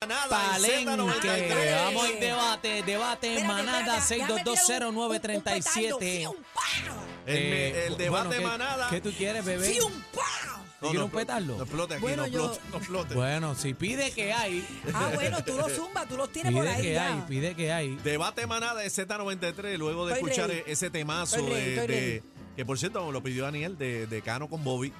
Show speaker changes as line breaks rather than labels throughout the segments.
Manada en
Palenque.
Z93.
Vamos en debate, debate en manada 6220937.
El, me-
Eh,
el
bueno,
debate
¿qué-
manada.
¿Qué tú quieres, bebé?
No,
quiero
no,
un petardo.
No explote aquí,
Bueno,
no
yo-
explote, no explote.
Bueno, si pide que hay,
Ah, bueno, tú los zumbas, tú los tienes por
pide
ahí
que hay,
ya.
pide que hay.
Debate manada de Z93, luego de
Estoy
escuchar
ready.
ese temazo
Estoy ready,
de,
estoy
de-
ready.
que por cierto lo pidió Daniel de, de Cano con Bobby.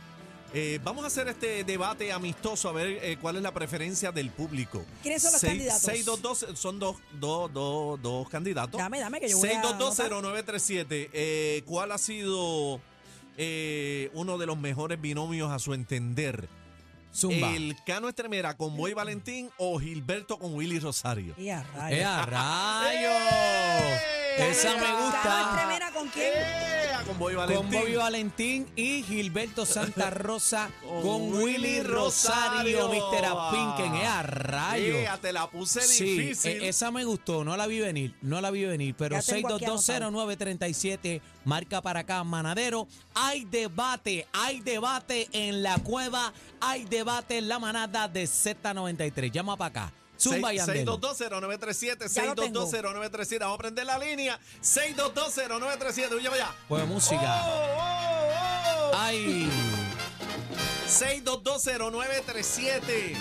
Eh, vamos a hacer este debate amistoso a ver eh, cuál es la preferencia del público.
¿Quiénes son los candidatos?
622 son dos, dos, dos, dos candidatos.
Dame, dame, que yo voy a
6220937. Eh, ¿Cuál ha sido eh, uno de los mejores binomios a su entender?
Zumba.
¿El Cano Estremera con Boy Valentín o Gilberto con Willy Rosario?
Y a rayos.
¡Eh, a
¡Eh!
rayos! Esa me
Carlos
gusta.
Tremera, con quién?
¡Eh! Con Boy Valentín.
Con Bobby Valentín y Gilberto Santa Rosa con Willy Rosario, Mr. Apinken. ¡Eh, a rayos!
Ea, te la puse
Sí,
Este difícil.
e- esa me gustó, no la vi venir, no la vi venir, pero
Ya tengo aquí
6220937, marca para acá, Manadero. Hay debate, hay debate en la cueva, hay debate en la manada de Z93. Llama para acá. Zumba y Andel.
6220937,
Ya lo tengo.
6220937. Vamos a prender la línea. 6220937. Oye, vaya.
Pues música.
Oh, oh, oh.
Ay,
6220937.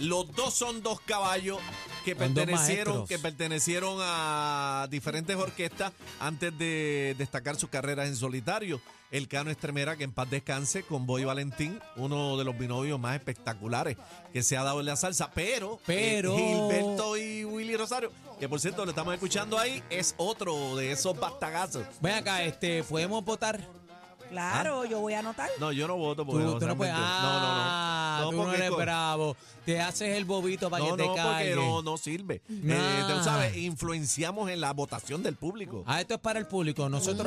Los dos son dos caballos que
Son dos
pertenecieron,
maestros.
que pertenecieron a diferentes orquestas antes de destacar sus carreras en solitario. El Cano Estremera, que en paz descanse, con Boy Valentín, uno de los binomios más espectaculares que se ha dado en la salsa. Pero, eh,
Pero-
Gilberto y Willy Rosario, que por cierto lo estamos escuchando ahí, es otro de esos bastagazos.
ven acá, este, podemos votar. Ah.
Claro, yo voy a anotar.
No, yo no voto
Tú,
porque
tú no puedes.
realmente- no,
Ah,
no, no.
tú
porque
no eres
co-
bravo. Te haces el bobito para
no,
que te
no, porque
caigas.
no, no sirve.
Mm.
Eh,
Nah.
tú sabes, influenciamos en la votación del público.
Ah, esto es para el público. Nosotros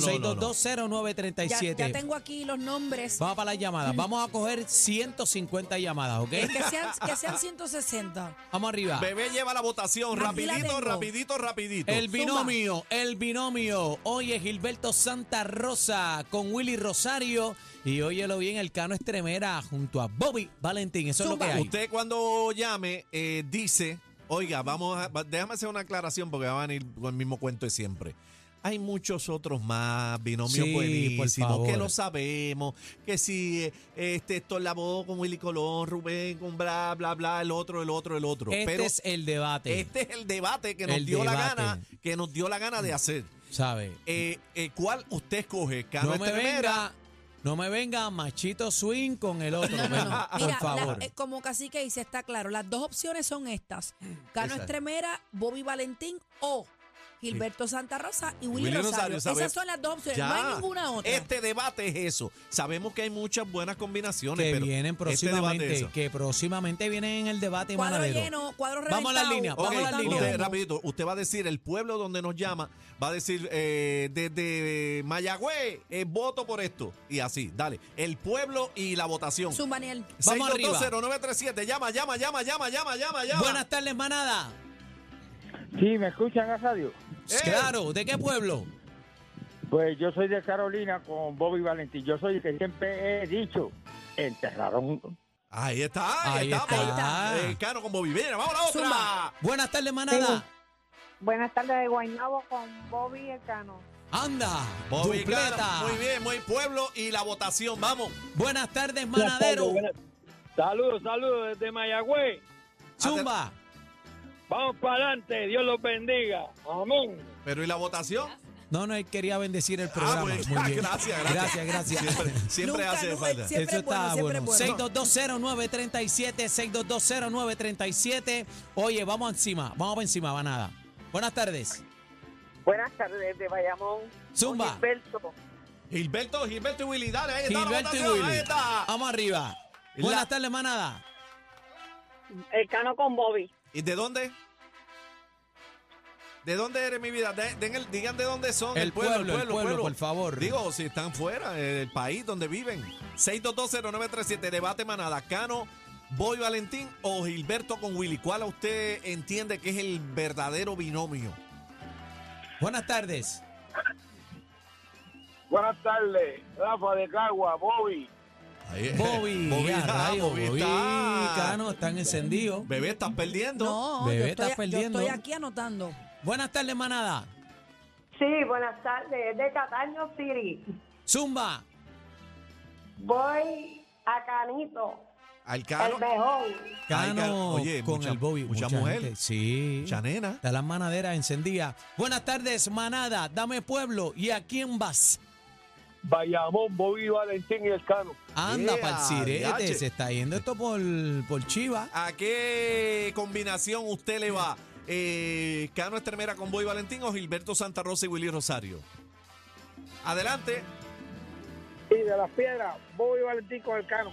No, no, no, no.
6220937.
Ya, Mm. ya tengo aquí los nombres.
Vamos para las llamadas. Vamos a coger 150 llamadas, ¿ok?
Que sean, que sean 160.
Vamos arriba.
Bebé lleva la votación.
Aquí la
rapidito,
tengo.
rapidito, rapidito.
El binomio, el binomio. Oye, Gilberto Santa Rosa con Willy Rosario. Y óyelo bien, el Cano Estremera junto a Bobby Valentín. Eso
Zumba.
es lo que hay.
Usted cuando llame, eh, dice, oiga, vamos a, va- déjame hacer una aclaración porque van a ir con el mismo cuento de siempre. Hay muchos otros más, binomios
Sí, por
buenísimos,
favor.
que lo sabemos, que si eh, este esto la voz con Willy Colón, Rubén, con bla, bla, bla, el otro, el otro, el otro.
Este
Pero
es el debate,
Este es el debate que nos
El
dio la
debate. Mm.
gana, que nos dio la gana de hacer.
¿sabe?
Eh, eh, ¿Cuál usted escoge? ¿Cano
No me
Estremera?
venga, no me venga machito swing con el otro. venga,
Mira,
por favor.
la- eh, como cacique dice, está claro. Las dos opciones son estas: Cano
Exacto.
Estremera, Bobby Valentín o Gilberto Santa Rosa y Willy,
Willy Rosario,
Rosario.
¿sabes?
Esas son las dos opciones.
Ya.
No hay ninguna otra.
Este debate es eso. Sabemos que hay muchas buenas combinaciones,
que
pero
vienen
este debate
próximamente,
es eso.
que próximamente vienen en el debate
cuadro
manadero.
lleno, cuadro
Vamos a la
reventado.
línea,
Ok,
vamos a la línea.
usted, rapidito, usted va a decir el pueblo donde nos llama, va a decir eh, desde Mayagüez, eh, voto por esto. Y así, dale. El pueblo y la votación.
Zumba, Niel.
Vamos arriba.
6220937, llama, llama, llama, llama, llama, llama, llama.
Buenas tardes, manada.
Sí, ¿me escuchan a radio?
Eh.
Claro, ¿de qué pueblo?
Pues yo soy de Carolina con Bobby Valentín. Yo soy el que siempre he dicho, enterraron.
Ahí está, ahí,
Ahí
está.
está.
Ahí está. Eh, Cano con Bobby. Mira, vamos a la otra.
Zumba.
Buenas tardes, manada.
Buenas tardes de Guaynabo con Bobby Ecano.
Anda,
Bobby
dupleta.
Cano, Muy bien, muy pueblo y la votación, vamos.
Buenas tardes, manadero.
Saludos, saludos desde Mayagüez.
Zumba.
Vamos para adelante, Dios los bendiga. Amén.
Pero y la votación,
No, no, él quería bendecir el programa.
Ah, pues,
Muy bien.
gracias, gracias.
Gracias, gracias.
siempre, siempre
Nunca,
hace
nunca,
falta.
siempre
Eso
es bueno,
está
siempre
bueno.
es bueno.
6220937, 6220937. Oye, vamos encima, vamos para encima, manada. Buenas tardes.
Buenas tardes de Bayamón.
Zumba.
Gilberto.
Gilberto, Gilberto y Willy, dale, ahí está
Gilberto y
la votación, ahí
Willy.
está.
Vamos arriba.
La-
Buenas tardes, manada.
Ecano con Bobby.
¿Y de dónde? ¿De dónde eres, mi vida? De- den el- digan de dónde son.
El pueblo, el pueblo, por favor.
Digo, si están fuera, eh, del país donde viven. 6220937, debate manada. Cano, Boy Valentín o Gilberto con Willy. ¿Cuál a usted entiende que es el verdadero binomio?
Buenas tardes.
Buenas tardes, Rafa de Cagua, Bobby.
Ahí es.
Bobby,
Eh, Bobby,
a
está,
rayos,
Bobby
Bobby,
está.
Cano, están encendidos.
Bebé, estás perdiendo.
No,
Bebé,
yo
estás
estoy, yo
perdiendo.
estoy aquí anotando.
Buenas tardes, manada.
Sí, buenas tardes. Es de Cataño City.
Zumba.
Voy a Canito,
Al
el
Cano,
mejor.
Ay,
Cano
Cano, oye,
con
mucha-
el Bobby.
mucha mujer.
gente, Sí.
mucha nena.
Está la manadera encendida. Buenas tardes, manada. Dame pueblo. ¿Y a quién vas?
Bayamón, Bobby Valentín y el Cano.
Anda,
Yeah,
pa'l sirete.
diache.
Se está yendo esto por, por Chiva.
¿A qué combinación usted le va? Eh, ¿Cano Estremera con Boy Valentín o Gilberto Santa Rosa y Willy Rosario? Adelante.
Y de las piedras, Bobby Valentín con el Cano.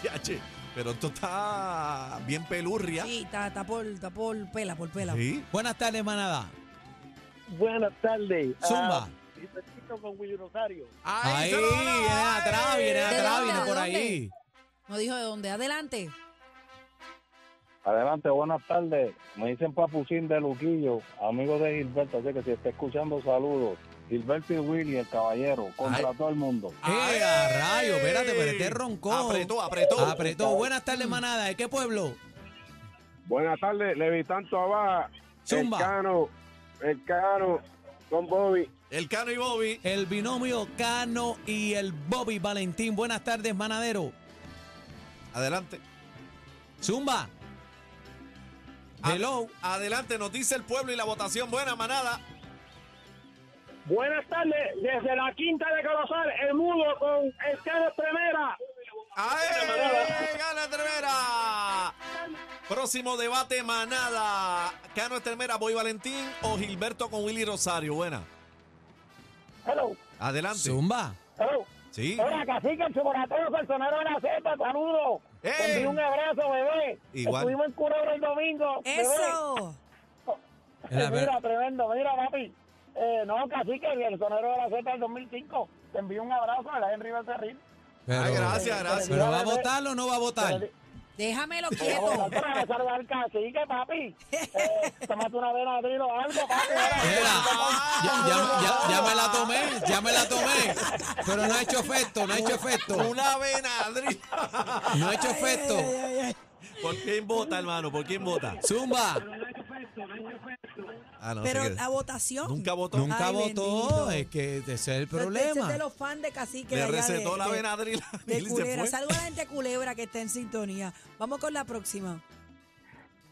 Diache, Pero esto está bien pelurria.
Sí, está, está por, está por pela, por pela.
Sí.
Buenas tardes, manada.
Buenas tardes.
Zumba.
Gilbertito con Willy Rosario.
Ahí,
Eh, se lo ganó.
viene atrás, viene
¿De
atrás,
dónde,
viene
de
por
dónde?
ahí.
No dijo de dónde. Adelante.
Adelante, buenas tardes. Me dicen Papuchín de Luquillo, amigo de Gilberto, así que si está escuchando, saludos. Gilberto y Willy, el caballero, contra todo el mundo.
Ay.
¡Eh, a rayo! Espérate, pero este roncó.
Apretó, apretó.
Apretó. Buenas tardes, manada. ¿De qué pueblo?
Buenas tardes, Levitanto Abaja.
Zumba.
El Cano, el Cano, con Bobby.
El Cano y Bobby.
El binomio Cano y el Bobby Valentín. Buenas tardes, manadero.
Adelante.
Zumba.
Ah.
Hello.
A- Adelante, nos dice el pueblo y la votación. Buena manada.
Buenas tardes, desde la Quinta de Colosal, el mudo con el Cano Primera.
¡Ay! ¡Gana Estremera! Próximo debate, manada. Cano Estremera, Boy Valentín o Gilberto con Willy Rosario. Buena.
Hello,
Adelante.
Zumba.
hello.
Sí.
Hola, cacique, el chumoratero, personero de la Z, saludos.
¡Eh!
Te envío un abrazo, bebé.
Igual.
Estuvimos en Culebra el domingo. bebé.
Eso.
Era, pero-
Mira, tremendo, mira, papi. Eh, no, cacique, el sonero de la Z del 2005. Te envío un abrazo a la Henry Becerril.
Ay, gracias, gracias.
¿Pero va a votar o no va a votar?
Déjamelo
Oh,
quieto.
para abrazar al cacique, papi. Eh, tómate una Benadryl o algo, papi.
Era, ya, ya- ya- ya me la
tomé.
tomé, ya me la tomé. Pero no ha hecho efecto, no ha hecho efecto.
Una Benadryl.
No ha hecho efecto.
¿Por quién vota, hermano? ¿Por quién vota?
Zumba.
Ah, no,
Pero
se queda.
la votación.
Nunca votó.
Nunca
Ay,
votó.
bendito.
Es que ese es el
Ese es
problema.
de los fans de Cacique.
Le
allá de-
recetó la
de-
Benadryl. a
De
Billy, se
Culebra.
fue.
Saludos a la gente de Culebra que está en sintonía. Vamos con la próxima.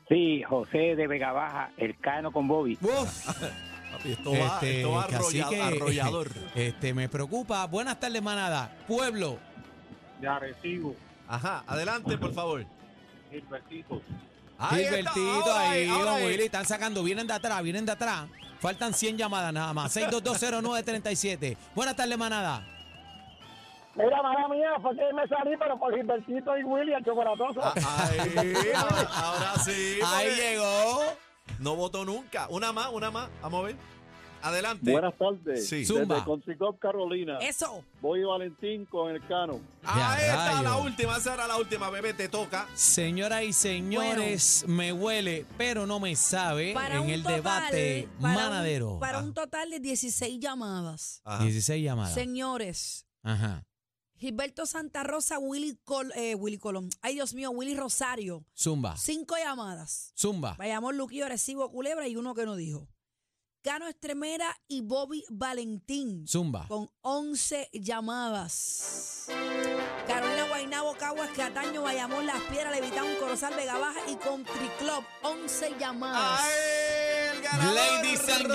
Sí, José de Vega Baja, el cano con Bobby.
Uf,
Papi, esto va,
Este,
esto va arrolla-
cacique,
arrollador.
Este, me preocupa. Buenas tardes, manada. Pueblo.
Ya recibo,
Ajá, adelante, por favor.
Gilbertito.
Ahí está,
Gilbertito
ahora
ahí,
es, ahora
don
es.
Willy. Están sacando, vienen de atrás, vienen de atrás. Faltan 100 llamadas nada más. 6220937. Buenas tardes, manada.
Mira, mala mía, fue que me salí, pero por Gilbertito y Willy, el chocolatoso.
Ah, Ahí, ahora, ahora sí.
Ahí
porque
llegó.
No votó nunca. Una más, una más. Vamos a ver. Adelante.
Buenas tardes.
Sí.
Zumba.
Desde Concicop, Carolina.
Eso.
Voy Valentín con el Cano.
Ahí
Ya,
está
rayo.
la última, Ah, esa era la última, bebé, te toca.
Señoras y señores, me huele, pero no me sabe en el debate
para un-
manadero.
para
Ah.
un total de 16 llamadas.
Ajá.
16 llamadas.
Señores,
Ajá.
Gilberto Santa Rosa, Willy, Col- eh, Willy Colón. Ay, Dios mío, Willy Rosario.
Zumba.
Cinco llamadas.
Zumba.
Vayamos Luquillo, Arecibo, Culebra y uno que no dijo. Cano Estremera y Bobby Valentín
Zumba.
con 11 llamadas. Carolina Guainabo, Caguas, Cataño, Bayamón, Las Piedras, Levitán, Corozal, Vega Baja y Country Club. 11 llamadas.
¡Ay, Ah, el ganador!
Ladies and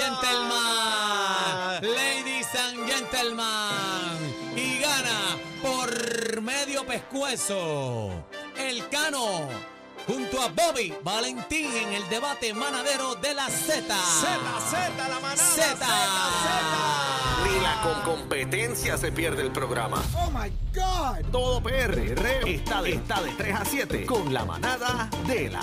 gentlemen, ladies and gentlemen, y gana por medio pescuezo el Cano junto a Bobby Valentín en el debate manadero de la Z.
Z, Z, la manada.
Z.
Z, Z.
Ni la con competencia se pierde el programa. Oh my God. Todo PR está de, está de 3 a 7 con la manada de la